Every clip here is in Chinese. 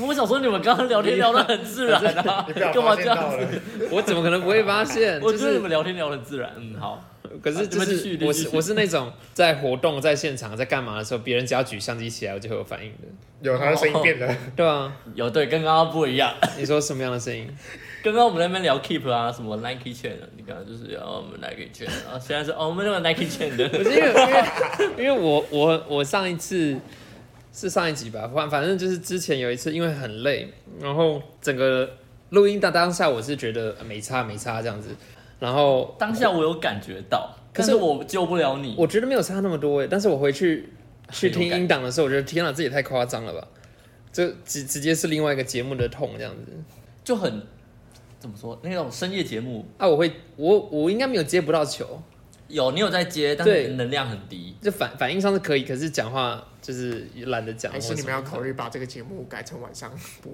我想说你们刚刚聊天聊得很自然 啊，你被我干嘛发这现样到子？了。我怎么可能不会发 现？我就觉得你是们聊天聊得很自然，嗯，好，可是就啊你们继续是你我继是续我是那种在活动在现场在干嘛的时候，别人只要举相机起来，我就会 有反应的， 有他的声音变哦了，对啊，有对，跟刚刚不一样。 你说什么样的声音？刚刚我们在那边聊 Keep 啊，什么 Nike Chain，啊你刚刚就是哦，我们 Nike Chain，然后现在是哦，我们那个 Nike Chain 的， 不是因为因为因为我我我上一次是上一集吧，反反正就是之前有一次，因为很累，然后整个录音当当下我是觉得呃没差没差这样子，然后当下我有感觉到，可可是是我救不了你。我觉得没有差那么多哎，但是我回去去听音档的时候，我觉得天哪，这也太夸张了吧，这直直接是另外一个节目的痛这样子。就很怎么说那种深夜节目，啊，我会，我我应该没有接不到球，有你有在接，但是对能量很低。就反反应上是可以，可是讲话就是懒得哦讲。还是你们或要什么考虑把这个节目改成晚上 播？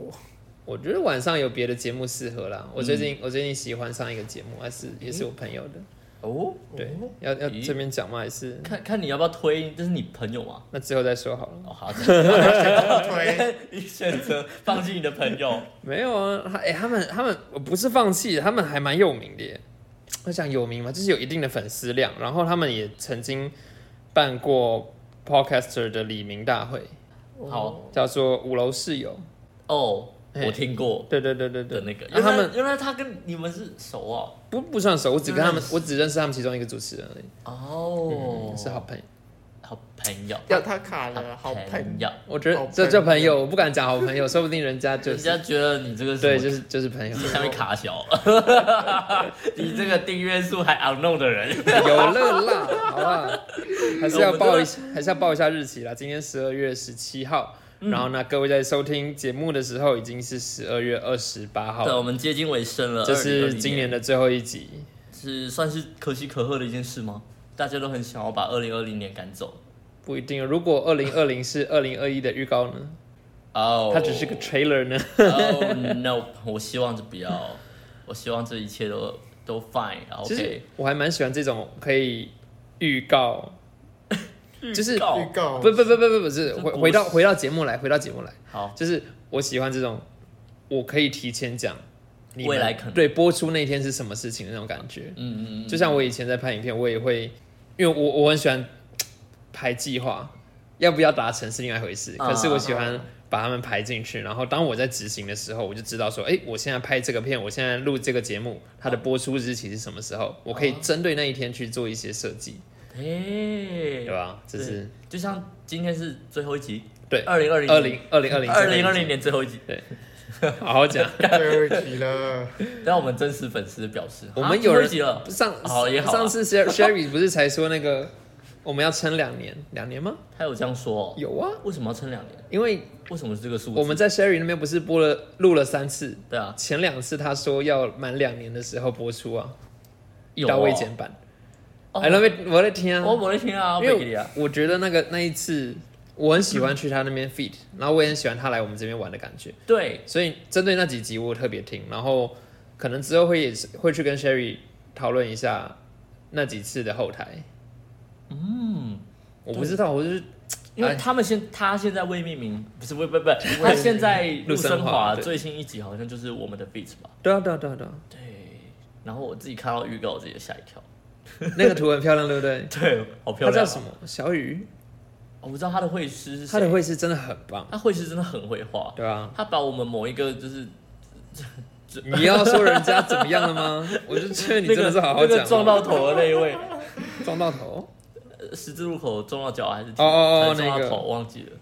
我觉得晚上有别的节目适合啦。我最嗯近、我最近喜欢上一个节目，还是也是我朋友的。哦，对，要要咦这边讲吗？还是看看你要不要推，这是你朋友吗？那之后再说好了。哦，好， 推你选择放弃你的朋 友，没有啊，他哎、他们他们我不是放弃，他们还蛮有名的耶。我想有名嘛，就是有一定的粉丝量，然后他们也曾经办过 podcaster 的李明大会，哦哦好叫做五楼室友。哦，嘿我听过对对对对对的，那个，那他原来们原来他跟你们是熟哦，不不算熟，我只跟他们认，识我只认识他们其中一个主持人而已，哦，是好朋友。好朋友，要他卡了，啊好朋喷。友，我觉好得朋友这这朋友，我不敢讲好朋友，说不定人家就人是家觉得你这个对，什就么。是就是朋友下面卡小， 你这个订阅数还 unknown 的人， 有乐啦，好不好？ 还是要报一下，还是要报一下日期啦。今天十二月十七号，嗯然后呢，各位在收听节目的时候已经是十二月二十八号对，我了，们接近尾声了，这2020是今年的最后一集。是算是可喜可贺的一件事吗？大家都很想要把二零二零年赶走。不一定，如果二零二零是二零二一的预告呢？哦它 只是个 trailer 呢？哦 no，我希望这不要，我希望这一切都都 fine 啊其实，OK。我还蛮喜欢这种可以预 告，就是预告预告不不不不不不是这回不回到是回到节目来，回到节目来，好，就是我喜欢这种我可以提前讲你们未来可能对播出那天是什么事情的那种感觉。嗯嗯嗯，就像我以前在拍影片，我也会，因为我我很喜欢排计划，要不要达成是另外一回事。啊可是我喜欢把它们排进去，然后当我在执行的时候，我就知道说，哎、我现在拍这个片，我现在录这个节目，它的播出日期是什么时哦候，我可以针对那一天去做一些设计，嘿，对吧？这对是就像今天是最后一集，对二零二零二零二零二零二零二零，年最后一集， 好好讲。最后一集 了，让我们真实粉丝表示，我啊们有人最后一集了，上好也好啊上次 Sher- Sherry 不是才说那个我们要撑两年，两年吗？他有这样说、哦，有啊，为什么要撑两年？因为为什么是这个数字？我们在 Sherry 那边不是播了录了三次，对啊，前两次他说要满两年的时候播出啊，有到位哦剪版。哦哎，那边我在听我啊，没听啊，因贝利为啊，我觉得那个那一次我很喜欢去他那边 feed，然后我也很喜欢他来我们这边玩的感觉，对，所以针对那几集我特别听，然后可能之后会也是会去跟 Sherry 讨论一下那几次的后台。嗯，我不知道，我就是因哎为他们现他现在未命名，不是不不不， 他现在陆生陆生华华对最新一集好像就是我们的 beat 吧？对啊对啊对啊对啊，对，然后我自己看到预告，我自己也吓一跳，？那个图很漂亮，对不对 对，好漂亮他叫啊。哦什么？小雨，我不知道他的绘师是他的谁，绘师真的很棒，他绘师真的很会画，对啊。他把我们某一个就是你要说人家怎么样了吗？ 我就劝你那个真的是好好那讲个哦。撞到头的那一位，撞到头，呃十字路口撞到脚还是哦哦哦还是撞那到个头忘记了。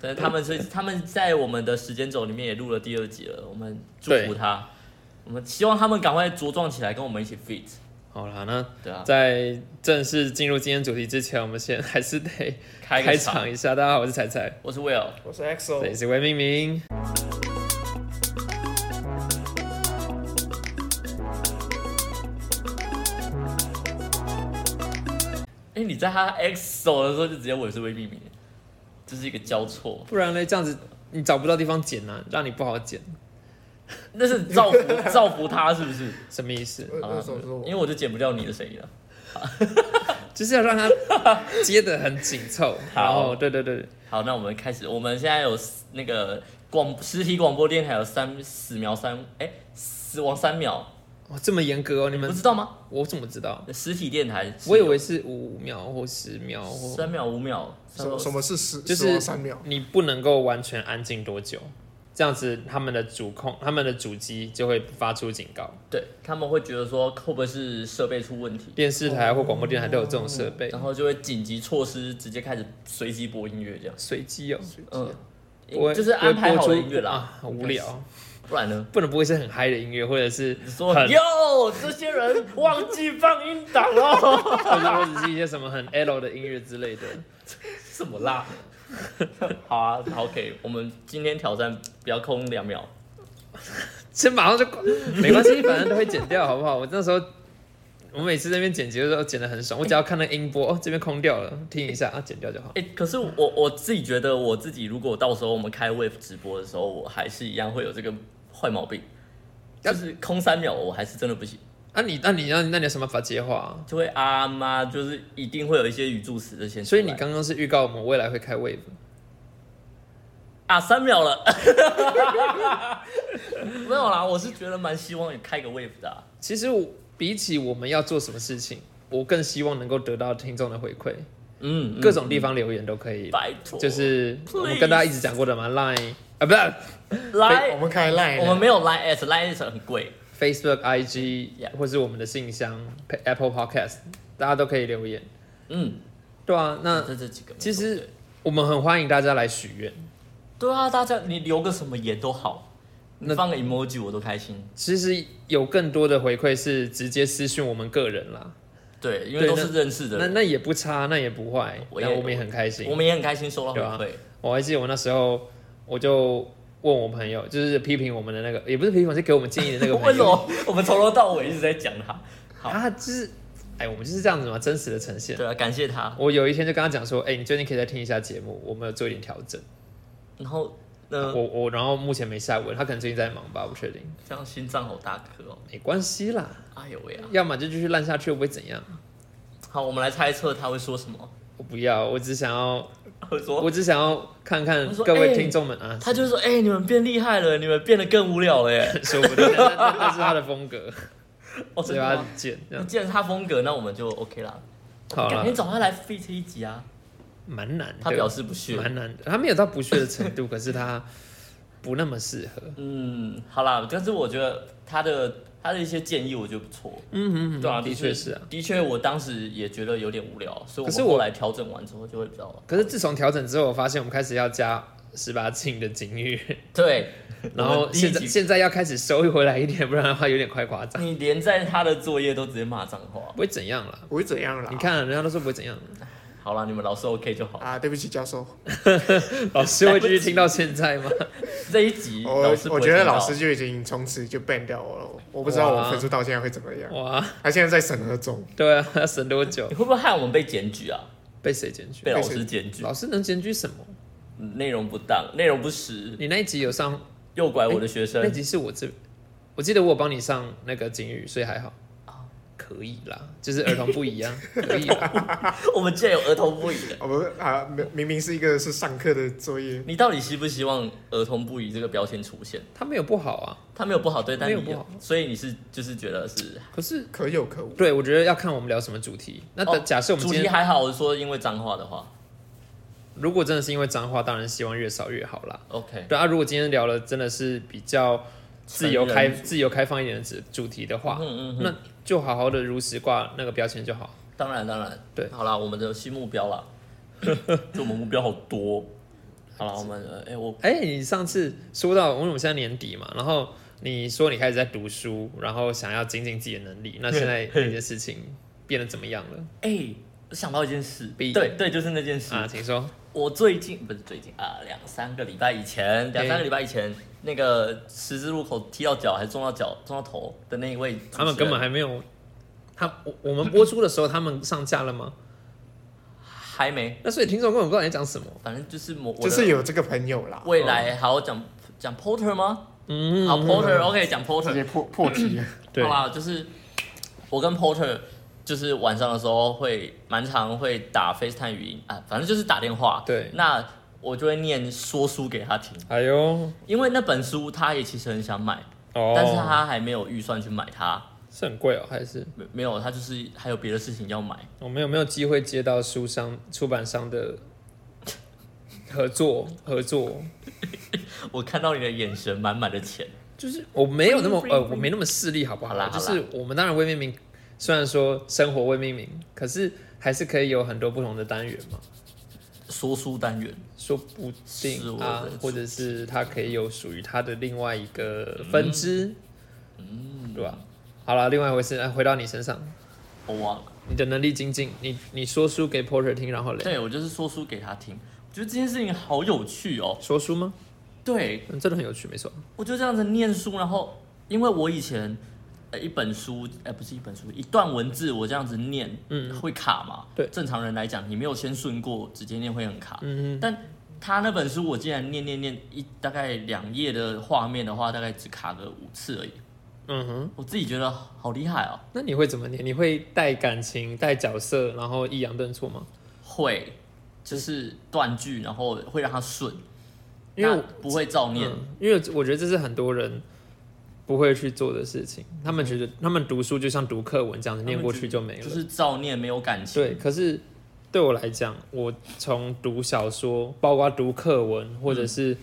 但是他们所 以他们在我们的时间轴里面也录了第二集了，我们祝福对他，我们希望他们赶快茁壮起来，跟我们一起 fit。好啦，那对啊，在正式进入今天主题之前，我们先还是得开个开场场一下。大家好，我是彩彩，我是 Will，我是这里 XO，是维明明。哎、你在他 X 手的时候就直接我是未命名，这是一个交错，不然呢，这样子你找不到地方剪啊，让你不好剪，那是造福 造福他是不是？呃什么意思？那时候是啊因我为我就剪不掉你的声音了。就是要让 它接得很紧凑。好然后，对对对，好，那我们开始，我们现在有那个广实体广播电台有三死秒三，哎，死亡三秒，哇，这么严格哦，你们不知道吗？我怎么知道？实体电台是有，我以为是五秒或十秒或三秒五秒，什么什么是十就是十三秒？你不能够完全安静多久，这样子他们的主控、他们的主机就会发出警告。对他们会觉得说会不会是设备出问题，电视台或广播电台都有这种设备嗯然，后就会紧急措施，直接开始随机播音乐这样。随机哦，嗯，我就是安排好播的出音乐啦，啊，好无聊，不然呢？不能播一些很嗨的音乐，或者是你说很哟，这些人忘记放音档了，或者或者是一些什么很 L 的音乐之类的。什么啦？ 好啊好，OK，我们今天挑战不要空两秒。先马上就关，没关系，反正都会剪掉，好不好？我那时候，我每次那边剪辑的时候剪得很爽，我只要看那个音波，哦，这边空掉了，听一下啊，剪掉就好。哎、可是我我自己觉得，我自己如果到时候我们开 Wave 直播的时候，我还是一样会有这个坏毛病，就是空三秒，我还是真的不行，啊你，那你那你那你有什么法接话、啊？就会啊妈，就是一定会有一些语助词的先出所来。以你刚刚是预告我们未来会开 wave，啊三秒了， 没有啦，我是觉得蛮希望也开个 Wave 的、啊，其实我比起我们要做什么事情，我更希望能够得到听众的回馈，嗯，嗯各种地方留言都可以。拜托，就是我 Please 们跟大家一直讲过的嘛，Line 啊，不是我来，们开哦 line，哎我们没有有 Line S，Line S 很贵， Facebook、IG Yeah 或是我们的信箱 Apple Podcast，大家都可以留言。嗯，对啊，那这这几个没错，其实对我们很欢迎大家来许愿。对啊，大家你留个什么言都好，你那放个 emoji 我都开心。其实有更多的回馈是直接私讯我们个人啦，对，因为都是认识的那人，那也不差，那也不坏，我也那我们也很开心我。们也很开心收到回馈。我还记得我那时候，我就问我朋友，就是批评我们的那个，也不是批评，是给我们建议的那 个为朋什友。么我们从头到尾一直在讲他？好他就是，哎，我们就是这样子嘛，真实的呈现。对啊，感谢他。我有一天就跟他讲说，哎，你最近可以再听一下节目，我们有做一点调整。然后，呃，我我然后目前没下文，他可能最近在忙吧，我不确定。这样心脏好大颗哦。没关系啦，哎呦喂啊！要么就继续烂下去，又不会怎样。好，我们来猜测他会说什么。我不要，我只想要，他会说，我只想要看看我说各位哎听众们啊，他就会说：“哎、你们变厉害了，你们变得更无聊了耶。说不定那那那是他的风格，”哦，所真以的他吗？贱这那样。既然是他风格，那我们就 OK 啦。好改了天，找他来 fit 一集啊。蛮难的。他表示不屑。蛮难的，他没有到不屑的程度，可是他不那么适合。嗯，好啦，但是我觉得他的他的一些建议我觉得不错。嗯对啊，的确确是啊。的确，我当时也觉得有点无聊，所以我可是们我后来调整完之后就会比较可是自从调整之后，我发现我们开始要加十八禁的警语，。对然我后们第一现在集现在要开始收回来一点，不然的话有点快夸张。你连在他的作业都直接骂脏话。不会怎样啦，不会怎样啦。你看人家都说不会怎样，好啦，你们老师 OK 就好。啊，对不起，教授，老师哦会继续听到 现在吗？这一集我老师不我会觉得听到老师就已经从此就 ban 掉我了，我不知道哇我分数到现在会怎么样。 哇，他现在在审核中，对啊，要审多久你？会不会害我们被检举啊？被谁检举被？老师检举，老师能检举什么？嗯内容不当，内容不实，你那一集有上诱拐我的学那生。集是我这，我记得我有帮你上那个警语，所以还好。哦可以啦，就是儿童不宜 啊，可以啦。我们竟然有儿童不宜的，我们啊，明明明是一个是上课的作业，你到底希不希望儿童不宜这个标签出现？他没有不好啊，他没有不好对，但没有你不好所以你是就是觉得是可是可有可无。对我觉得要看我们聊什么主题。那哦假设我们主今题天还好，我说因为脏话的话如果真的是因为脏话，当然希望越少越好啦。 ，OK，对啊，如果今天聊了真的是比较自由成开人自由开放一点的主主题的话，嗯嗯嗯，那就好好的如实挂那个标签就好。当然当然，对好啦，我们的新目标 啦，就我们目标好多。好啦，我们呃，哎、我哎、你上次说到，因为我们现在年底嘛，然后你说你开始在读书，然后想要精进自己的能力，那现在那件事情变得怎么样了哎、我想到一件事， B 对对，就是那件事。啊？请说。我最近不是最近啊，两三个礼拜以前，两三个礼拜以前，那个十字路口踢到脚还是撞到脚、撞到头的那一位主持人，他们根本还没有，他我我们播出的时候，他们上架了吗？还没，那所以听众根本不知道你在讲什么。反正就是我，我就的是有这个朋友啦，未来还要讲讲 porter 吗？啊嗯，好，porter，OK，、讲 porter 直。接破破题。对好啦，就是我跟 Porter 就是晚上的时候会蛮常会打 FaceTime 语音啊，反正就是打电话。对那我就会念说书给他听，哎呦，因为那本书他也其实很想买，哦，但是他还没有预算去买它，是很贵哦，还是没没有，他就是还有别的事情要买。我们有没有机会接到书商出版商的合作？合作我看到你的眼神，满满的钱。就是我没有那么呃，我没那么势利，好不好？好啦好就啦是我们当然未命名，虽然说生活未命名，可是还是可以有很多不同的单元嘛。说书单元，说不定是我的啊主，或者是它可以有属于它的另外一个分支，嗯，对吧？好了，另外一回事，哎回到你身上，我忘了。你的能力精进，你你说书给 Porter 听，然后嘞，对，我就是说书给他听。我觉得这件事情好有趣哦。说书吗？对，嗯，真的很有趣，没错。我就这样子念书，然后因为我以前呃一本书，呃不是一本书，一段文字我这样子念，嗯，会卡嘛？对正常人来讲，你没有先顺过，直接念会很卡。嗯但他那本书我竟然念念念一大概两页的画面的话，大概只卡个五次而已。嗯哼。我自己觉得好厉害哦，那你会怎么念？你会带感情、带角色，然后抑扬顿挫吗？会就是断句，然后会让它顺，因为那不会照念。嗯，因为我觉得这是很多人不会去做的事情。他们觉得他们读书就像读课文这样子，他们念过去就没了。就是照念没有感情。对，可是对我来讲，我从读小说，包括读课文，或者是、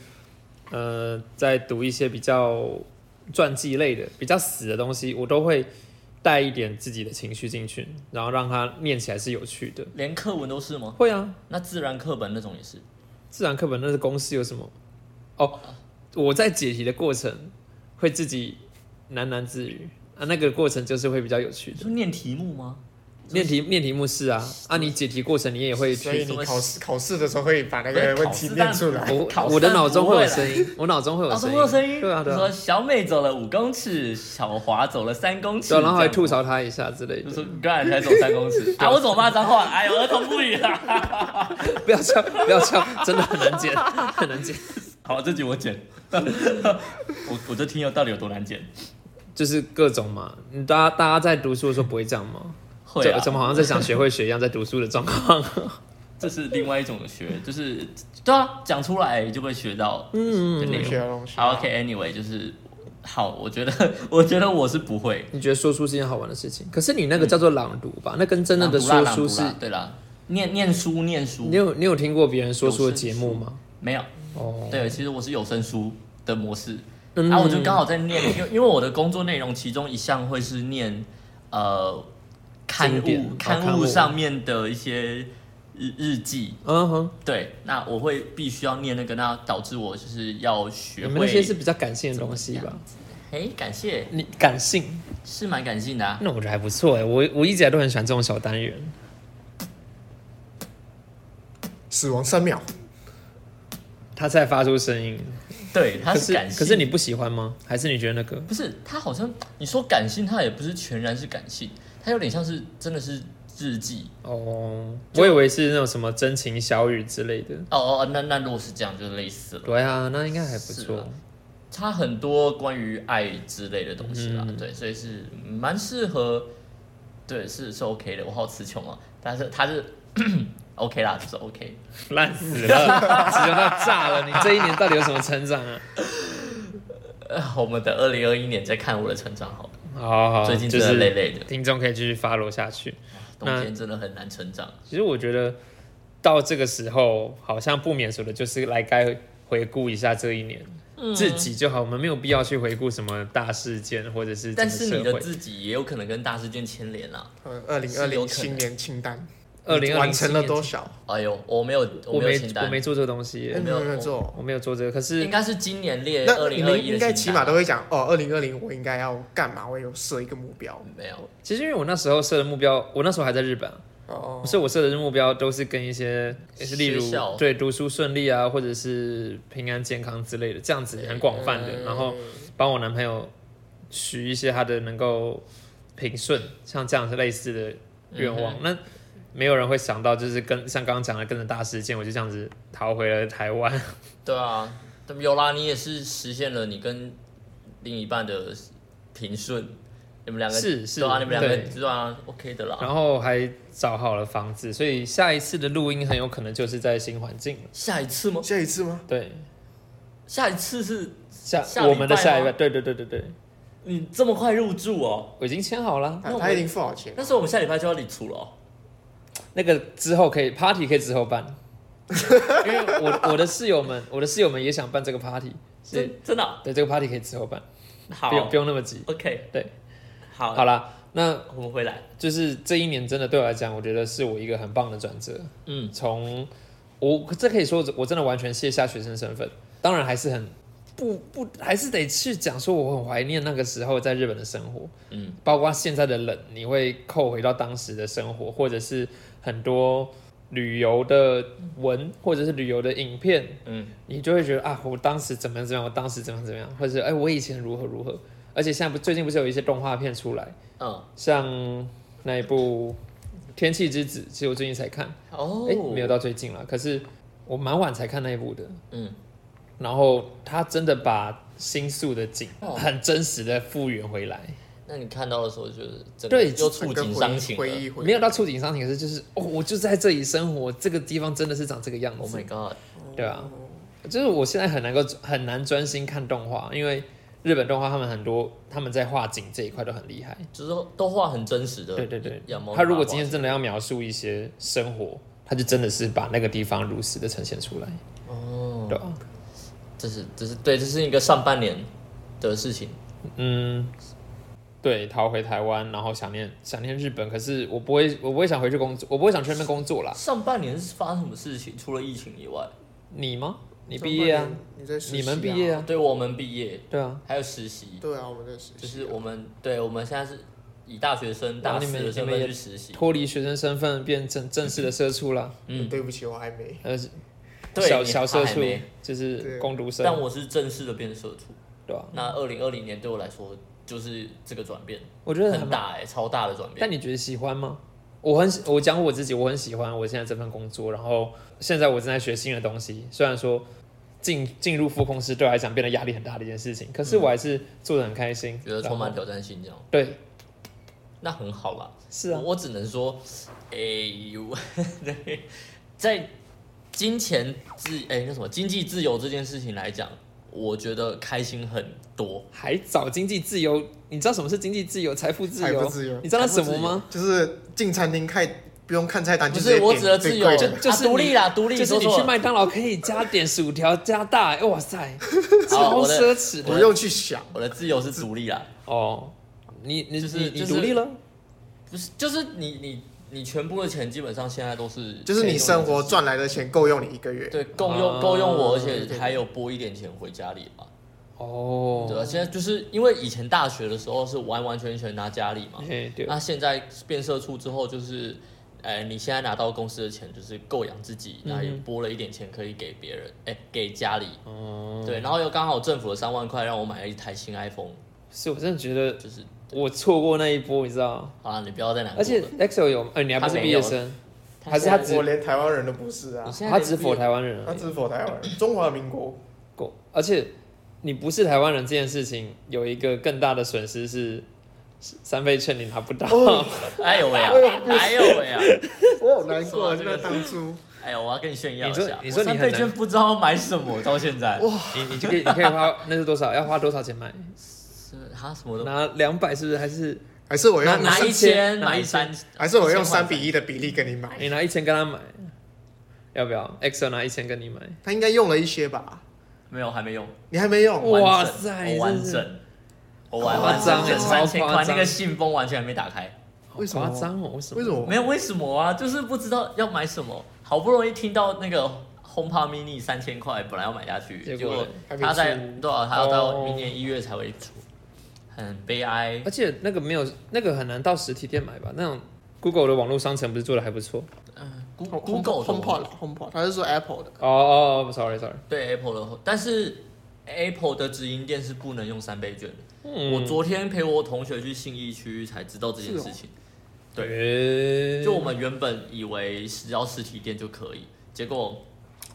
呃，在读一些比较传记类的、比较死的东西，我都会带一点自己的情绪进去，然后让它念起来是有趣的。连课文都是吗？会啊，那自然课本那种也是。自然课本那是公式有什么？哦，我在解题的过程会自己喃喃自语啊，那个过程就是会比较有趣你的。说念题目吗？念题念题目是啊，啊，你解题过程你也会所去。以你考试考试的时候会把那个不是问考题试念出来，当 我考我的试啊脑中不会会有啦声音，我脑中会有老声师音，会有哦声音，对啊对说啊，小美走了五公尺，小华走了三公尺，对啊，然后还吐这样槽他一下之子，类就的，说你刚才才走三公尺啊，我怎么骂脏话？哎呦，儿童不宜啊。 不要笑不要笑，真的很 难解，很难解，好，这集我 剪，我我这听友到底有多难剪？就是各种嘛，你大家大家在读书的时候不会这样吗？会啊就，怎么好像在想学会学一样，在读书的状况，这是另外一种学，就是对啊，讲出来就会学到嗯的内学容。的东西。好，OK，Anyway，就是好，我觉得我觉得我是不会你觉得说书是一件好玩的事情，可是你那个叫做朗读吧？那跟真正的嗯朗读啦说朗读书是啦，对啦，念念书念书你有你有听过别人说书的节目吗？没有。哦，对，其实我是有声书的模式，嗯然后我就刚好在念，因为因为我的工作内容其中一项会是念呃刊经典物哦刊刊物物上面的一些日日记，嗯哼，对，那我会必须要念那个，那导致我就是要学你们那些会。是比较感性的东西怎么吧？哎，感谢，你感性，是蛮感性的啊。那我觉得还不错哎，我我一直以来都很喜欢这种小单元。死亡三秒，他在发出声音，对，他可是是感性，可是你不喜欢吗？还是你觉得那个不是他好像你说感性，他也不是全然是感性，他有点像是真的是日记。哦？我以为是那种什么真情小语之类的。哦哦，哦那那如果是这样，就类似了。对啊，那应该还不是错啊。它很多关于爱之类的东西啦，嗯对，所以是蛮适合，对，是是 OK 的。我好词穷啊，但是它是 OK 啦，就是 OK。 烂死了， 只有到炸了！你这一年到底有什么成长啊？呃，我们等二零二一年再看我的成长好了，好好，最近啊就真的是累累的，听众可以继续 follow 下去。那冬天真的很难成长。其实我觉得到这个时候，好像不免俗的就是来该回顾一下这一年、自己就好，我们没有必要去回顾什么大事件或者是整但个是社你的会。自己也有可能跟大事件牵连啦。呃，二零二是有可能零新年清单，二零二完零成了多？少？哎呦，我没有，我没没有清我单，没做这个东 我西哎耶，没没有有没有做。我没有做这个。可是应该是今年列那二你零二们一应该起码都会讲哦，二零二零我应该要干嘛？我有设一个目标没有。其实因为我那时候设的目标，我那时候还在日本啊，哦，所以我设的目标都是跟一些，例如学校对读书顺利啊，或者是平安健康之类的，这样子很广泛的。嗯然后帮我男朋友许一些他的能够平顺，像这样类似的愿嗯望。那没有人会想到，就是跟像刚刚讲的跟着大事件，我就这样子逃回了台湾。对啊，但有啦，你也是实现了你跟另一半的平顺，你们两个是是对啊，你们两个对知道啊，OK 的啦。 然后还找好了房子，所以下一次的录音很有可能就是在新环境了。下一次吗？哦下一次吗？对，下一次是下下礼拜我们的下一吗拜，对对对对对，你这么快入住哦？我已经签好了，他那我啊他已经付好钱了但，是我们下礼拜就要离出了、哦，那个之后可以 party 可以之后办， 因为我我的室友们，我的室友们也想办这个 party，是真真的啊、对这个 party 可以之后办，好不用不用那么急。 ，OK，对，好，好啦，那我们回来，就是这一年真的对我来讲，我觉得是我一个很棒的转折。嗯，从我这可以说，我真的完全卸下学生身份，当然还是很不不，还是得去讲说我很怀念那个时候在日本的生活，嗯，包括现在的冷，你会扣回到当时的生活，或者是很多旅游的文，或者是旅游的影片，嗯，你就会觉得啊，我当时怎么样怎么样，我当时怎么样怎么样，或者是哎、我以前如何如何，而且现在不最近不是哎有一些动画片出来，嗯，像那一部《天气之子》，其实我最近才看。哦，哎、没有到最近了，可是我蛮晚才看那一部的。嗯，然后他真的把新宿的景哦很真实的复原回来，那你看到的时候就是真的对又触景伤情回了忆回忆没有到触景伤情，可是就是哦，我就在这里生活，这个地方真的是长这个样，Oh 子 my。god，对啊，就是我现在很能够很难专心看动画，因为日本动画他们很多他们在画景这一块都很厉害。就是都画很真实的，对对对养猫，他如果今天真的要描述一些生活，他就真的是把那个地方如实的呈现出来，哦，对吧、啊？这是这是对，这是一个上半年的事情，嗯，对，逃回台湾，然后想念想念日本，可是我不会，我不会想回去工作，我不会想去那边工作啦。上半年是发生什么事情？除了疫情以外，你吗？你毕业啊？？你在实习啊你们毕业？啊？对我们毕业对啊，还有实习，对啊，我们在实习啊。就是我们对我们现在是以大学哦生大四的身份去实习，脱离学生身份，变成正式的社畜啦，嗯，对不起，我还没。呃，对小你小社还畜没就是对工读但生，我是正式的变社畜。对吧、那二零二零年对我来说就是这个转变，我觉得很很。大哎、超大的转变。但你觉得喜欢吗？我很喜，我讲我自己，我很喜欢我现在这份工作，然后现在我正在学新的东西。虽然说进进入副控室对我来讲变得压力很大的一件事情，可是我还是做的很开心，觉得然后充满挑战性这样，对，那很好啦。是啊我，我只能说，哎、 呦，在金钱自哎、那什么经济自由这件事情来讲，我觉得开心很多。还早经济自由，你知道什么是经济自由、财富自财由？富自由你知道那什么吗？就是进餐厅看，不用看菜单，不就是直接我哎点指的自最由，贵的就啊是独你立啦，独立。就是你说错去了麦当劳可以加点薯条加大，哎 哇塞，好超我的奢侈不的用去想。我的自由是独立啦，哦。你你就是你就你是独立了，不是就是你你你全部的钱基本上现在都是就是你生活可以用来赚来的钱够用你一个月，对够用啊够用我，而且对对还有拨一点钱回家里嘛。对哦，啊，现在就是因为以前大学的时候是完完全全拿家里嘛，哎对，那现在变社畜之后就是，哎、你现在拿到公司的钱就是够养自己，嗯哼然后也拨了一点钱可以给别人，哎、给家里。哦，对，然后又刚好政府的三万块让我买了一台新 iPhone，所以我真的觉得就是我错过那一波，你知道吗？好了，你不要再难过而且了。 EXO 有，呃，你还不是毕业生，还是他只我连台湾人都不是啊你，现在他只连否台湾人他而已只否台湾人，中华民国。够。而且你不是台湾人这件事情，有一个更大的损失是是三倍券你拿不到。哎呦喂啊！哎呦喂啊！我好难过说到啊，这那个当初哎呦，我要跟你炫耀一你下说，你说我三你很倍难券不知道买什么，到现在哇， 你你就可以你可以花那是多少？要花多少钱买？是哈什么都拿两百是不是？还是还是我拿用拿一千，千拿拿一一三千，还是我用一千换三比一的比例跟你买，你哎拿一千跟他买？要不要？EXO 拿一千跟你买？他应该用了一些吧？没有还没用，你还没用，哇完整塞我完真是整，我完夸完张整整欸三超千夸块那张个信封完全还没打开，好为什么夸张哦，为什么？为什？么没？有为什么啊？就是不知道要买什么，好不容易听到那个 HomePod Mini 三千块，本来要买下去，结结果果还没它在出多少？它要到哦明年一月才会出，很悲哀而。且那个没有，那个很难到实体店买吧？那种 Google 的网络商城不是做的还不错？嗯，Goo-，Google 的 HomePod HomePod，他是说 Apple 的，哦哦哦，sorry sorry，对 Apple 的，但是 Apple 的直营店是不能用三倍券的。嗯我昨天陪我同学去信义区才知道这件事情，对就我们原本以为只要实体店就可以，结果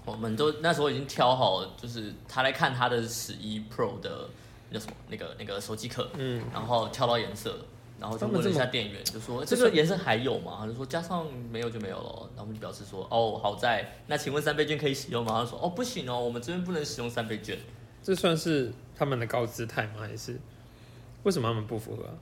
我们都那时候已经挑好，就是他来看他的十一 Pro 的那叫什么那个那个手机壳，嗯，然后挑到颜色，然后就他们问了一这么下店员，就说这这个个颜色还有吗？他就说加上没有就没有了。然后我们就表示说哦，好在那请问三倍券可以使用吗？他说哦不行哦，我们这边不能使用三倍券。这算是他们的高姿态吗？还是为什么他们不符合啊、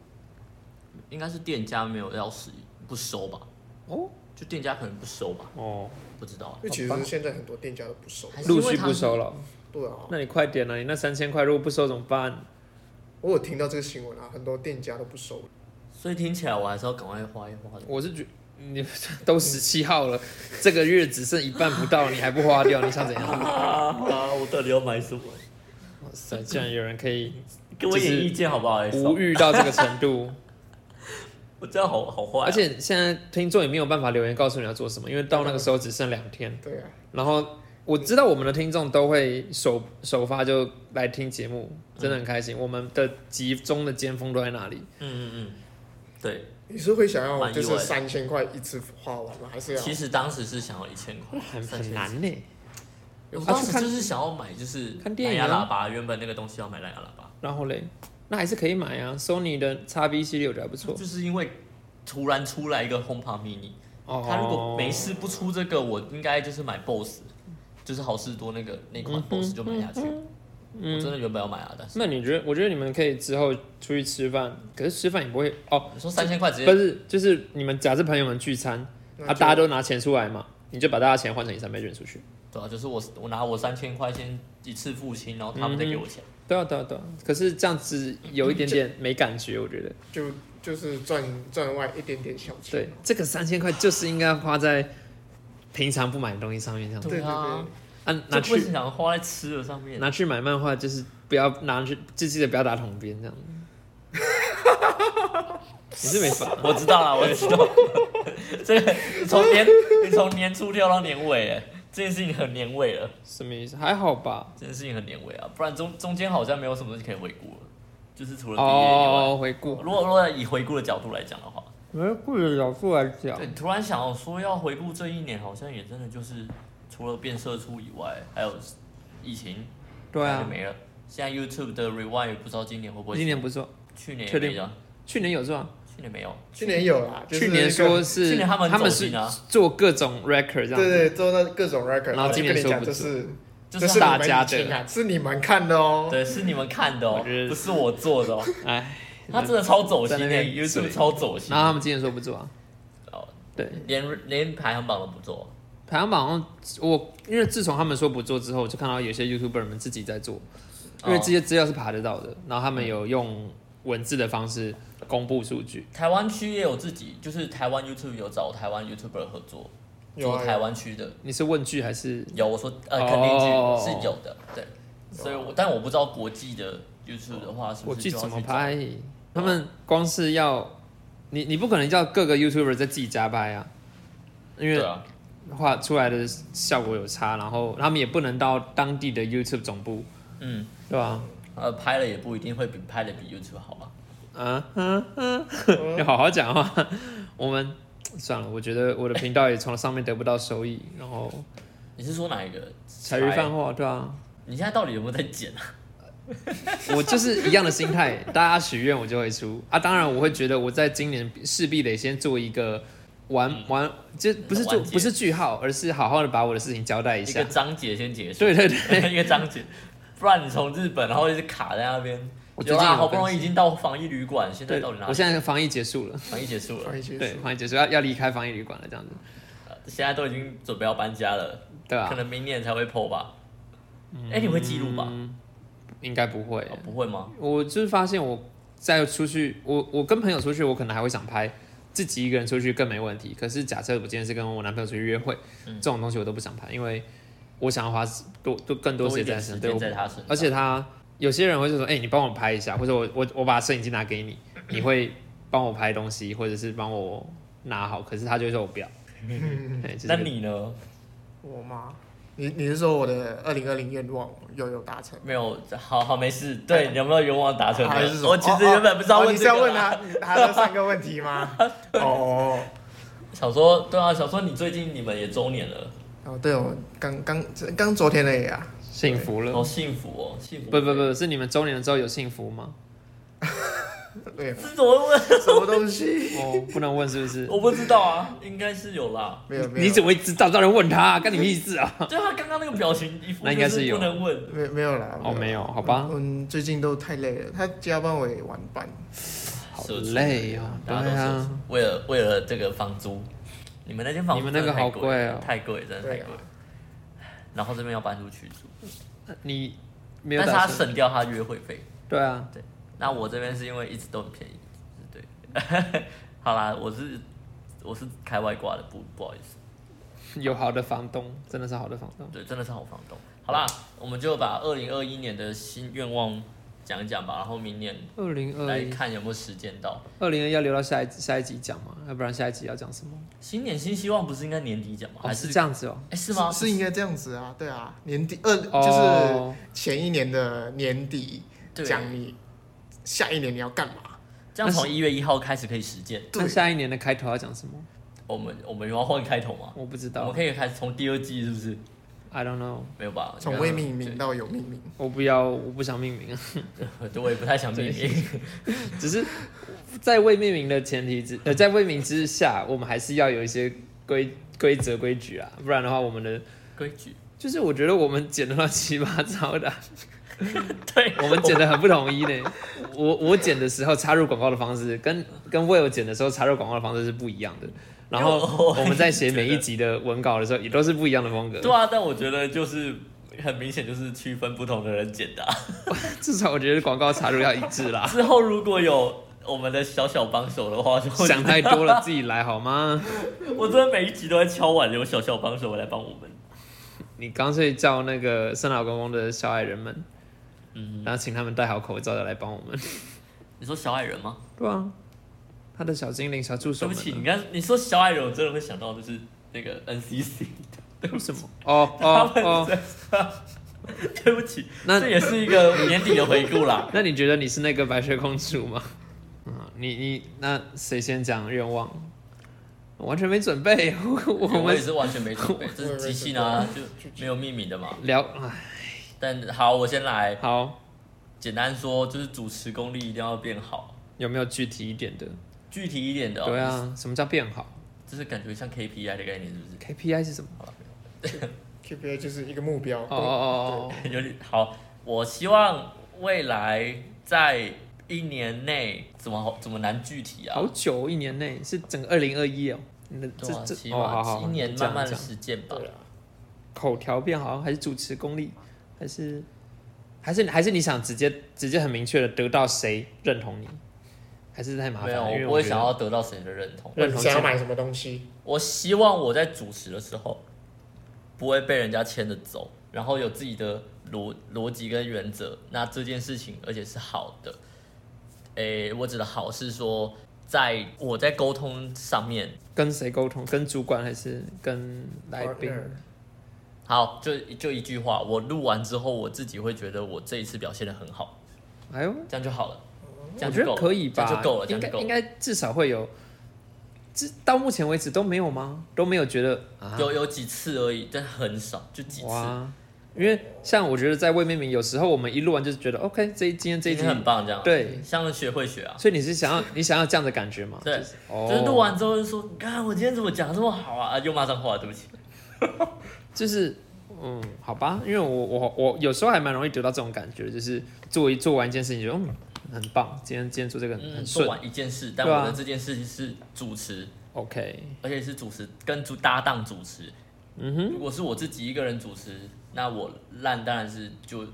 应该是店家没有要使不收吧？哦就店家可能不收吧，哦，不知道啊因。为其实现在很多店家都不收。还是因陆为续他不们收了，对啊，那你快点啊！你那三千块如果不收怎么办？我有听到这个新闻啊，很多店家都不收了。所以听起来我还是要赶快花一花的。我是觉你都十七号了，这个月只剩一半不到，你还不花掉，你想 怎样？啊！我到底要买什么？哇塞，竟然有人可以给我一就点是意见好不好？无语，欲到这个程 度，我这样好好坏、啊。而且现在听众也没有办法留言告诉你要做什么，因为到那个时候只剩两天。对啊，然后我知道我们的听众都会首首发就来听节目，真的很开心。我们的集中的尖峰都在那里，嗯嗯嗯，对，你是会想要蛮就意是外的三千块一次花完吗？还是要其实当时是想要一千块，很三很千。难呢。我啊当时去看就是想要买，就是看电影啊蓝牙喇叭，原本那个东西要买蓝牙喇叭，然后嘞，那还是可以买啊，Sony 的 x B 系列我觉得还不错。就是因为突然出来一个 HomePod Mini，哦，他如果没事不出这个，我应该就是买 BOSS，就是好事多那个那款嗯哼嗯 BOSS 就买下去。我真的原本要买啊，但是那你觉得？我觉得你们可以之后出去吃饭，可是吃饭也不会哦，你说三千块直不接是，就是你们假设朋友们聚餐啊，那就大家都拿钱出来嘛，你就把大家钱换成一三倍券出去。对啊，就是我我拿我三千块先一次付清，然后他们再给我钱。对啊，对啊，对啊。可是这样子有一点点没感觉，我觉得。就就是赚赚外一点点小钱对？，这个三千块就是应该花在平常不买的东西上面，这样子对对啊对，啊，拿就不会去想花在吃的上面。拿去买漫画，就是不要拿去，就记得不要打桶边这 样。你是没法，我知道了，我知 道。这个你从年你从年初跳到年尾，哎，这件事情很年尾了，什么意思？还好吧。这件事情很年尾啊，不然中中间好像没有什么东西可以回顾了，就是除了毕业啊以外。哦，回顾，如果如果以回顾的角度来讲的话，回顾的角度来讲对，突然想到说要回顾这一年，好像也真的就是除了变社畜以外，还有疫情，对然后啊就，没了。现在 YouTube 的 Rewind 也不知道今年会不会出，今年不错，去年也确定没了，去年有做啊，去年没有，去年有啦，就是去年那说个是去年他们他们走是进啊做各种 record 这样对子，对做到各种 record，然后今年就跟你说讲不这做是就这是是大你们家以前的啊，是你们看的哦。对，是你们看的哦我觉，得不是我做的哦。 哎，他真的超走心在那的边，YouTube 嘴超走心然，后他们今年说不做啊哦，对，连连排行榜都不做。排行榜好像我因为自从他们说不做之后，我就看到有些 YouTuber 们自己在做，因哦为这些资料是爬得到的，然后他们有用文字的方式公布数据，台湾区也有自己，就是台湾 YouTube 有找台湾 YouTuber 合作，有做啊，台湾区的。你是问句还是有，我说呃哦肯定是是有的，对。所以我但我不知道国际的 YouTube 的话是不我是去就要怎么去拍？他们光是要你，你不可能叫各个 YouTuber 在自己家拍啊，因找？对为啊，画出来的效果有差，然后他们也不能到当地的 YouTube 总部，嗯，对吧？呃，拍了也不一定会比拍的比 YouTube 好啊。啊啊嗯啊！要好好讲话。我们算了，我觉得我的频道也从上面得不到收益，然后你是说哪一个？茶余饭后，对 啊，你现在到底有没有在剪啊？我就是一样的心态，大家许愿我就会出啊。当然，我会觉得我在今年势必得先做一个完完，就不是嗯做完结不是句号，而是好好的把我的事情交代一一个下。章节先结束，对对 对，一个章节，不然你从日本然后一直卡在那边。我最有近啦，有好不容易更已经到防疫旅馆，现在对到底哪，我里？现在防疫结束了，防疫结束了，啊翻一些对，书防疫结束要要离开防疫旅馆了，这样子，呃现在都已经准备要搬家了，对可啊，能明年才会破吧。哎，你会记录吧？应该不会。哦不会吗？我就是发现我在出去，我我跟朋友出去，我可能还会想拍，自己一个人出去更没问题。可是假设我今天是跟我男朋友出去约会，嗯这种东西我都不想拍，因为我想要花多多更多时一间在点时他身上，对间在我，他身上，而且他有些人会就说，哎、你帮我拍一下，或者我我我把摄影机拿给你，你会帮我拍东西，或者是帮我拿好，可是他就会说我不要。哎就嗯是那你呢？ 我吗？你你是说我的二零二零愿望有有达成？没有，好好没事。哎对，你有没有愿望达成的？还是什么我其实原本不知道哦哦问你这是要个问啦，他他的三个问 题吗？哦哦，想说对啊，想说你最近你们也周年了，哦哦，对哦，刚刚刚昨天而已啊，幸福了好？幸福哦，幸福。不不，不，是你们周年了之后有幸福吗？对，这怎么问？什么 东西？哦，不能问 是不是？我不知道啊，应该是有啦。没有没有，你怎么会知道？当然问他、啊，干你屁事啊！就他刚刚那个表情，一副那应该是就有不能问。没没有啦？ 哦，没有，好吧，嗯，最近都太累了，他加班我也晚班，好好累哦大家都对啊社畜为了为了这个房租，你们那间房租你们那真个的太好贵哦太贵，真的太对贵啊。然后这边要搬出去住，你没有但是打他算？省掉他约会费。对啊，对，那我这边是因为一直都很便宜，对。 好啦，我是我是开外挂的，不不好意思，有好的房东，真的是好的房东。对，真的是好房东。好啦，我们就把二零二一年的新愿望讲一讲吧，然后明年二零二来一，看有没有实践到。二零二要留到下一下一集讲嘛，要不然下一集要讲什么？新年新希望不是应该年底讲吗？哦，还是是这样子哦。哎、是吗？是应该这样子啊，对啊，年底二就是哦，前一年的年底对，讲你下一年你要干嘛，这样从一月一号开始可以实践。那下一年的开头要讲什么？我们我们有要换开头吗？我不知我们道可以开始从第二季是不是？ ，I don't know，没有吧？从未命名到有命名，我不要，我不想命名啊。 对， 对我也不太想命名。只是在未命名的前提之呃，在未名之下，我们还是要有一些规规则规矩啊，不然的话，我们的规矩。就是我觉得我们剪的乱七八糟的啊、 对，我们剪的很不统一呢。我我剪的时候插入广告的方式跟跟 Will 剪的时候插入广告的方式是不一样的。然因为我 后我们在写每一集的文稿的时候，也都是不一样的风格。对啊，但我觉得就是很明显就是区分不同的人剪的啊、 至少我觉得广告插入要一致 啦。之后如果有我们的小小帮手的话，就会想太多了，自己来好吗？我真的每一集都在敲碗，有小小帮手来帮我们。你干脆叫那个生老公公的小矮人们，嗯，然后请他们戴好口罩的来帮我们。你说小矮人吗？对啊，他的小精灵、小助手对不们啊起，你呢。刚你说小矮人，我真的会想到就是那个 NCC 的， 为什么？哦 他哦们哦，在 上对不起，那这也是一个年底的回顾啦。那你觉得你是那个白雪公主吗？ 嗯，你你那谁先讲愿望？我完全没准备， 我我我也们是完全没准备， 这是即兴啊，就没有命名的嘛。聊哎但好，我先来，好，简单说就是主持功力一定要变好，有没有具体一点的？具体一点的、哦对，啊，什么叫变好这是感觉像 KPI 的概念，是不 是？ ？KPI 是什么？ KPI 就是一个目标，哦哦哦哦，有点好，我希望未来在一年内怎么好怎么难具体哦啊好？久，一年内是整个二零二一哦。你的对啊，这起这哦，好码好，一年慢慢讲讲实践吧哦对。啊，口条变好，还是主持功力，还是还是还是你想直接直接很明确的得到谁认同你，还是太麻没烦有，了。因为我不我会觉得想要得到谁的认同。那认你同想要性买什么东西？我希望我在主持的时候不会被人家牵着走，然后有自己的逻逻辑跟原则。那这件事情，而且是好的。诶，我指的好是说，在我在沟通上面，跟谁沟通，跟主管还是跟来宾？ Partner 好，就就一句话，我录完之后，我自己会觉得我这一次表现的很好，哎呦，这样就好了，这嗯我样觉就够了，得可以吧，这样就够了，这样应该就够应了。该至少会有，至到目前为止都没有吗？都没有觉得啊，有有几次而已，但很少，就几次，哇，因为像我觉得在未命名，有时候我们一录完就是觉得 OK，这一今天这一已集经，很棒，这样对像学会学啊，所以你是想要你想要这样的感觉吗？对就是哦就是录完之后就说，看我今天怎么讲得这么好啊，啊又骂脏话，对不起。就是嗯，好吧，因为我我我有时候还蛮容易得到这种感觉，就是做一做完一件事情就嗯很棒，今天今天做这个很嗯，很做顺、完一件事，但对啊我的这件事情是主持， o k 而且是主持跟主搭档主持。嗯哼，如果是我自己一个人主持，那我烂当然是就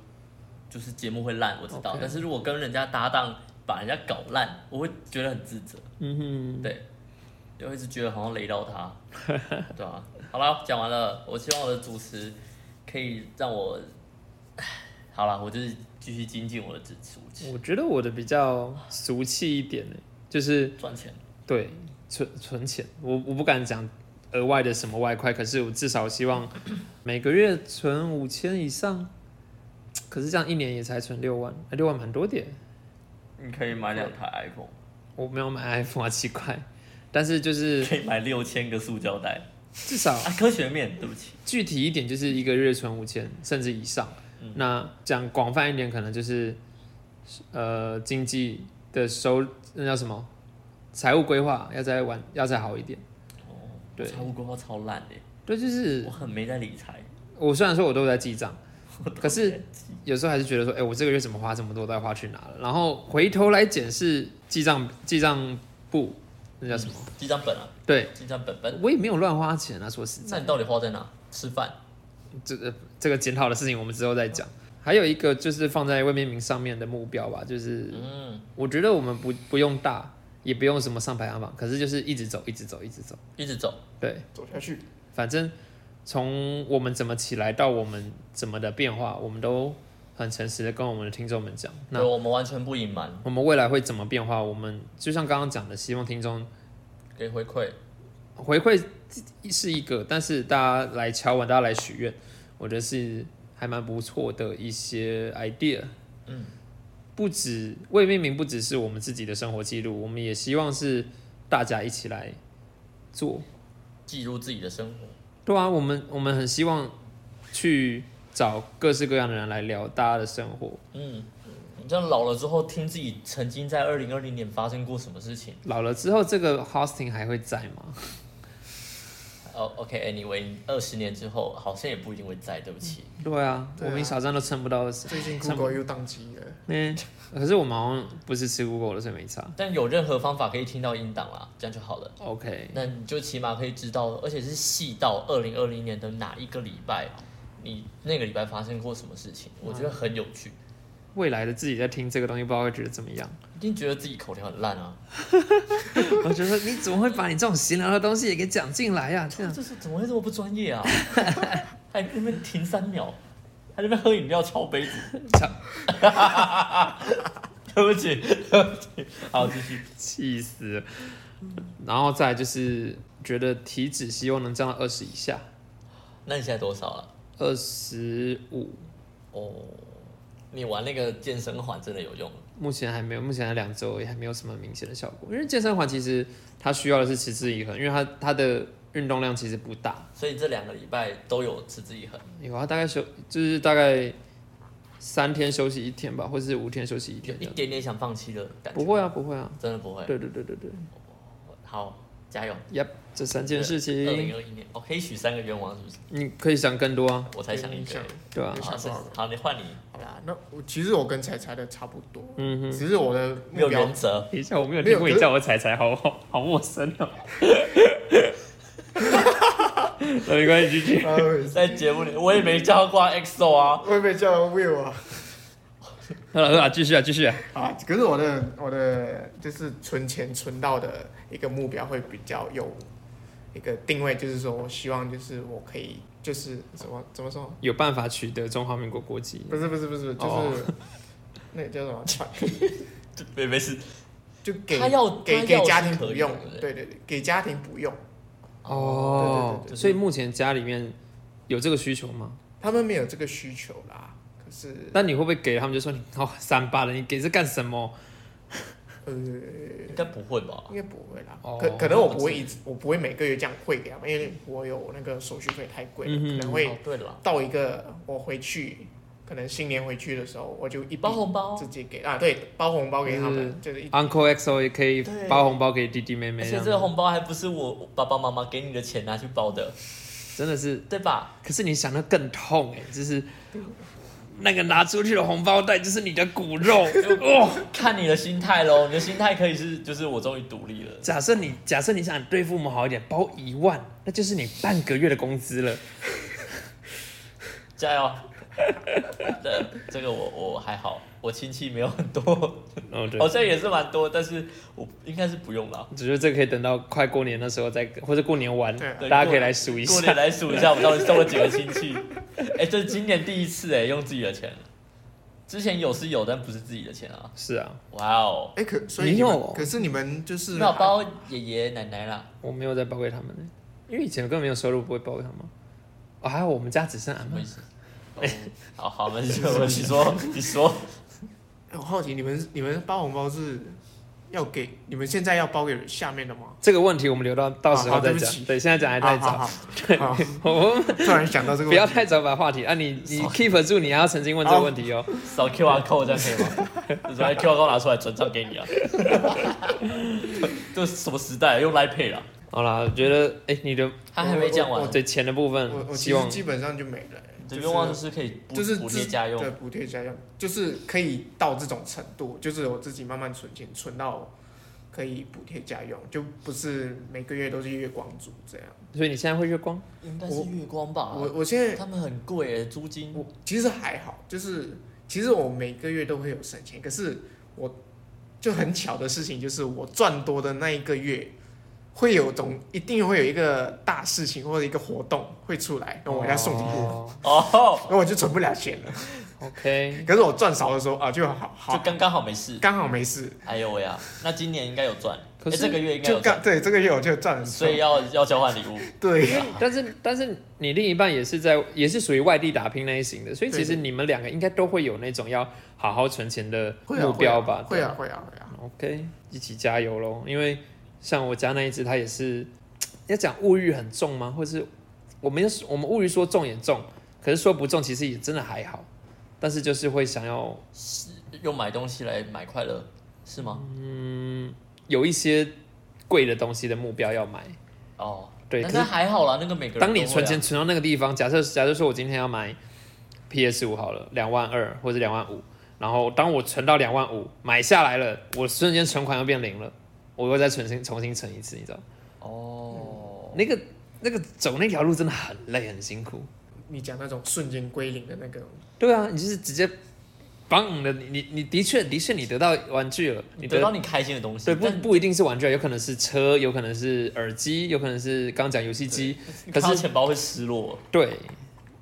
就是节目会烂，我知道。 OK 但是如果跟人家搭档把人家搞烂，我会觉得很自责，嗯哼，对，就会一直觉得好像雷到 他，对啊？好了，讲完了，我希望我的主持可以让我， 好了，我就是继续精进我的主持，我觉得我的比较俗气一点呢，就是赚钱。对存存钱，我我不敢讲额外的什么外快，可是我至少希望每个月存五千以上。可是这样一年也才存六万，哎六万蛮多的耶。你可以买两台 iPhone，我没有买 iPhone 啊，奇怪。但是就是可以买六千个塑胶袋至少啊！科学面，对不起，具体一点，就是一个月存五千甚至以上。那讲广泛一点，可能就是呃经济的收那叫什么财务规划要再完要再好一点。哦，对财务规划超烂的，对，就是我很没在理财。我虽然说我都有在记账， 可是我记有时候还是觉得说，哎、我这个月怎么花这么多，到底花去哪了？然后回头来检视记账记账簿，那叫什么？记账本啊，对记账本本。我也没有乱花钱啊，说实在那，你到底花在哪？吃饭？这个这个检讨的事情我们之后再讲。还有一个就是放在未命名上面的目标吧，就是嗯，我觉得我们不不用大，也不用什么上排行榜，可是就是一直走，一直走，一直走。一直走。对，走下去，反正从我们怎么起来到我们怎么的变化，我们都很诚实的跟我们的听众们讲。那对，我们完全不隐瞒，我们未来会怎么变化？我们就像刚刚讲的，希望听众给回馈。回馈是一个，但是大家来敲碗，大家来许愿，我觉得是还蛮不错的一些 idea。嗯，不止未命名，不只是我们自己的生活记录，我们也希望是大家一起来做。记录自己的生活，对啊，我们我们很希望去找各式各样的人来聊大家的生活。嗯你这样老了之后听自己曾经在二零二零年发生过什么事情。老了之后，这个 hosting 还会在吗？哦、o k a n y w a y 二十年之后好像也不一定会在，对不起。对啊，对我啊们小站都撑不到二十。最近撑不 Google 又宕机了，嗯，可是我们好像不是吃 Google 的，所以没差。但有任何方法可以听到音档啦，这样就好了。 OK，那你就起码可以知道，而且是细到二零二零年的哪一个礼拜，你那个礼拜发生过什么事情，我觉得很有趣。未来的自己在听这个东西，不知道会觉得怎么样。 一定觉得自己口条很烂啊，我觉得你怎么会把你这种闲聊的东西也给讲进来呀、啊？这样这是怎么会这么不专业啊？ 还在那边停三秒，还在那边喝饮料敲 杯子，敲对不起，对不起，好继续。气死了。然后再来就是觉得体脂希望能降到二十以下，那你现在多少了？二十五哦，你玩那个健身环真的有用，目前还没有，目前还两周也还没有什么明显的效果。因为健身环其实它需要的是持之以恒，因为它它的运动量其实不大，所以这两个礼拜都有持之以恒，有啊它大概休就是大概三天休息一天吧，或是五天休息一有天这一样。点点想放弃的感觉。不会啊，不会啊，真的不会。对对对对对好，加油。 ，Yep，这三件事二零情二一年，我哦可以许三个愿望，是不是？你可以想更多啊，我才想一影个响。。对吧、你好，想是多少个好，你换你，好啦，那我其实我跟彩彩的差不多，嗯哼，只是我的没目有标原则，等一下我没有没听有过你可是叫我彩彩，好 好好陌生 哦。那没关系，继续。呃，在节目里我也没叫过 XO 啊。我也被叫 Will 啊。好了，好了，继续啊，继续啊。啊，可是我的我的就是存钱存到的一个目标会比较有一个定位，就是说我希望就是我可以就是怎么怎么说？有办法取得中华民国国籍，不是不是不是，就是、哦那个叫什么？ 没没事，就给他要给他给要家是庭可补以用的对不，对对对，给家庭补用，哦，对对对对所以目前家里面有这个需求吗？他们没有这个需求啦。可是那你会不会给他们就说你哦三八了，你给这干什么？呃，应该不会吧？应该不会啦，哦可可能我不会一直，我不会每个月这样汇给他们，因为我有那个手续费太贵了，嗯哼可能哦会，对了，到一个我回去，可能新年回去的时候，我就一笔包红包直接给啊，对，包红包给他嗯们，就是一 Uncle XO 也可以对包红包给弟弟妹啊而妹这且样这个红包还不是我爸爸妈妈给你的钱拿去包的，真的是， 对吧？可是你想的更痛哎、就是那个拿出去的红包袋就是你的骨肉 哦。看你的心态喽，你的心态可以是就是我终于独立了，假设你假设你想对父母好一点，包一万，那就是你半个月的工资了。加 油！这这个我我还好，我亲戚没有很多，哦，对好，像也是蛮多，但是我应该是不用了。只是这个可以等到快过年的时候再，或者过年完，对大家可以来数一过下年。来数一下，我到底收了几个亲戚？ 哎、这是今年第一次哎、用自己的钱，之前有是有，但不是自己的钱啊。是啊，哇哦，哎、可所以你没们有可是你们就是那我包爷爷奶奶啦。我没有在包给他们呢，因为以前根本没有收入，不会包给他们。哦，还好我们家只剩阿什妈么意。思？嗯哦好好， 没事，你说，你说，哎我好奇你们你们包红包是要给你们现在要包给下面的吗？这个问题我们留到到时候好好再对不讲起。对，现在讲还好太好早，好，好我们突然想到这个不要问题，太早把话题啊，你你 keep 住，你还要曾经问这个问题哦。扫 QR code 这样可以吗？ 你把 QR code 拿出来转账给你啊！ 这是什么时代、啊？用 Line Pay 啦。好啦，我觉得哎，你的哦他还没讲我完，对钱的部我我分，其希实望基本上就没了、这就愿望就是是可以补就是补自贴家用对，，补贴家用，就是可以到这种程度，就是我自己慢慢存钱，存到可以补贴家用，就不是每个月都是月光族这样。所以你现在会月光，应该是月光啊吧？我我现在他们很贵耶，租金。我其实还好，就是其实我每个月都会有省钱，可是我就很巧的事情就是我赚多的那一个月。会有总一定会有一个大事情或者一个活动会出来，那我要送礼物，哦哦，那我就存不了钱了。 OK，可是我赚少的时候啊，就好就好刚刚好没事。刚好没事，哎呦喂啊，那今年应该有赚，可哎，是这个月应该就有赚刚，对这个月我就赚了，所以要要交换礼物。对但是但是你另一半也是在也是属于外地打拼那一型的，所以其实对你们两个应该都会有那种要好好存钱的会啊目标吧？会啊会啊会啊， OK，一起加油喽！因为像我家那一只，它也是要讲物欲很重吗？或是我们要是我们物欲说重也重，可是说不重其实也真的还好，但是就是会想要用买东西来买快乐，是吗？嗯有一些贵的东西的目标要买。哦，对，但可是是还好啦，那个每个人当你都会啊存钱，存到那个地方，假设假设说我今天要买 PS 五好了，两万二或者两万五，然后当我存到两万五买下来了，我瞬间存款又变零了，我又再重新重新存一次，你知道吗？哦，那个那个走那条路真的很累很辛苦。你讲那种瞬间归零的那个，对啊，你就是直接棒的，你你你的确的确你得到玩具了，你你得得到你开心的东西，对不但不一定是玩具啊，有可能是车，有可能是耳机，有可能是刚讲游戏机，你可看到是钱包会失落，对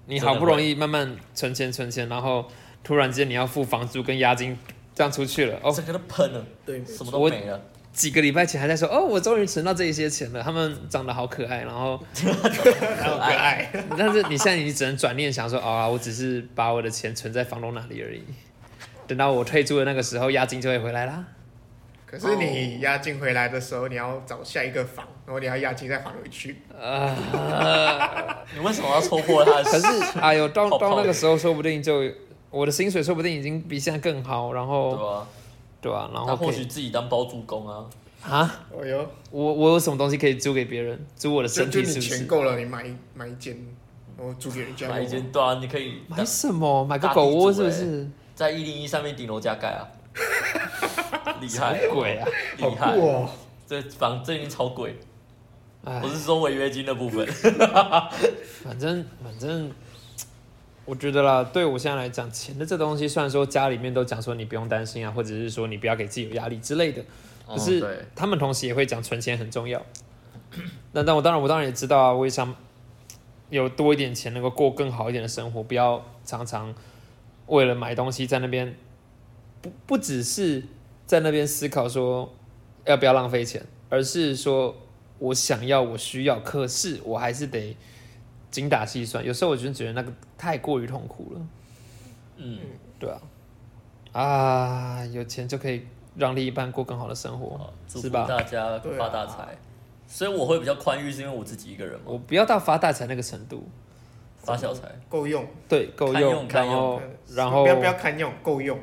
你真的好不容易慢慢存钱存钱，然后突然间你要付房租跟押金，这样出去了哦。整个都喷了，对什么都我没了。几个礼拜前还在说哦，我终于存到这一些钱了，他们长得好可爱，然后 可爱，但是你现在你只能转念想说，啊、我只是把我的钱存在房东那里而已，等到我退租的那个时候，押金就会回来啦。可是你押金回来的时候，你要找下一个房，然后你要押金再还回去，你为什么要戳破他的 可心？是，哎呦，到好泡到那个时候，说不定就我的薪水说不定已经比现在更好，然对后吧？对吧、然他后或可许以自己当包租公啊，啊，哦哟，我我有什么东西可以租给别人？租我的就身就体你是不钱是？够了，你买一买一间，然后租给人家，买一间对啊，你可以买什么？买个大地狗窝主是不欸 是？在一零一上面顶楼加盖 啊，厉害鬼啊！好厉害酷，哦，这房这已经超贵，哎我，是说违约金的部分。反正反正，我觉得啦，对我现在来讲，钱的这东西，虽然说家里面都讲说你不用担心啊，或者是说你不要给自己有压力之类的， 可嗯是对他们同时也会讲存钱很重要。 那但我当然我当然也知道啊，我也想有多一点钱，能够过更好一点的生活，不要常常为了买东西在那边，不不只是在那边思考说要不要浪费钱，而是说我想要，我需要，可是我还是得精打细算。有时候我就觉得那个太过于痛苦了，嗯，对啊，啊，有钱就可以让另一半过更好的生活嗯好，，祝是福吧？大家对啊发大财。所以我会比较宽裕，是因为我自己一个人嘛，我不要到发大财那个程度，发小财。够用，对，够堪用堪然用后哦嗯然后哦不要不要堪用，够用，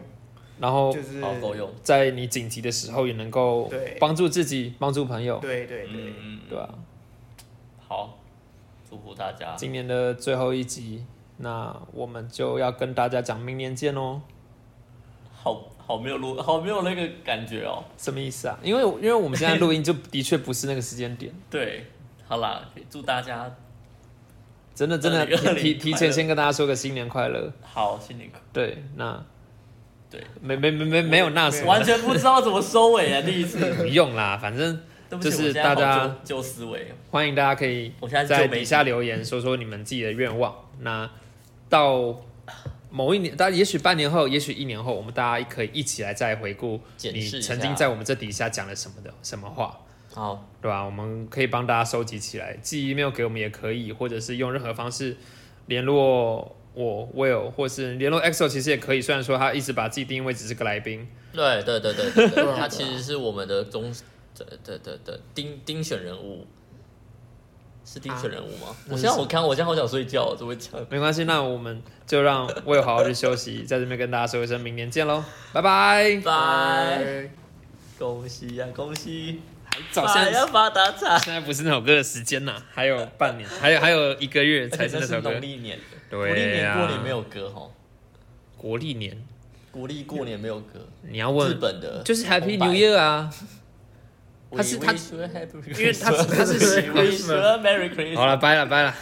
然后就是好够用，在你紧急的时候也能够对帮助自己，帮助朋友，对对对，嗯，对吧？好，祝福大家，今年的最后一集，那我们就要跟大家讲明年见哦。好好没有录，好没有那个感觉哦。什么意思啊？因为因为我们现在录音就的确不是那个时间点， 对，好啦，祝大家真的真的2020提提提快前乐先跟大家说个新年快乐。好新年快对，那对，没没没没没有那什乐。么，完全不知道怎么收尾啊，第一次。不用啦，反正对不起，就是我现在好大家旧旧思维哦，欢迎大家可以我现在是在旧媒底体下留言说说你们自己的愿望。那到某一年，大家也许半年后，也许一年后，我们大家可以一起来再回顾检你视一下曾经在我们这底下讲了什么的什么话，好，对吧、我们可以帮大家收集起来，寄 email 给我们也可以，或者是用任何方式联络我 Will 或是联络 EXO 其实也可以，虽然说他一直把自己定位只是个来宾，对对对对对，对对啊他其实是我们的中的的的的丁丁选人物，是丁选人物吗？我现在我看我现在好想睡觉哦，怎么会这样？没关系，那我们就让 Will 好好去休息，在这边跟大家说一声，明年见喽，拜拜。拜，拜恭喜呀、恭喜！早发现呀发大财， 现在不是那首歌的时间呐、还有半年，还有还有一个月才而且是这那是首歌农。历年，国历对年呀、过年没有歌哈，国历年，国历过年没有歌，你要日问本的就是 Happy 红白 New Year 啊。 We 他是他 wish you a happy 因为他 Christmas 他 是 We wish you a Merry Christmas。好了，拜了拜了。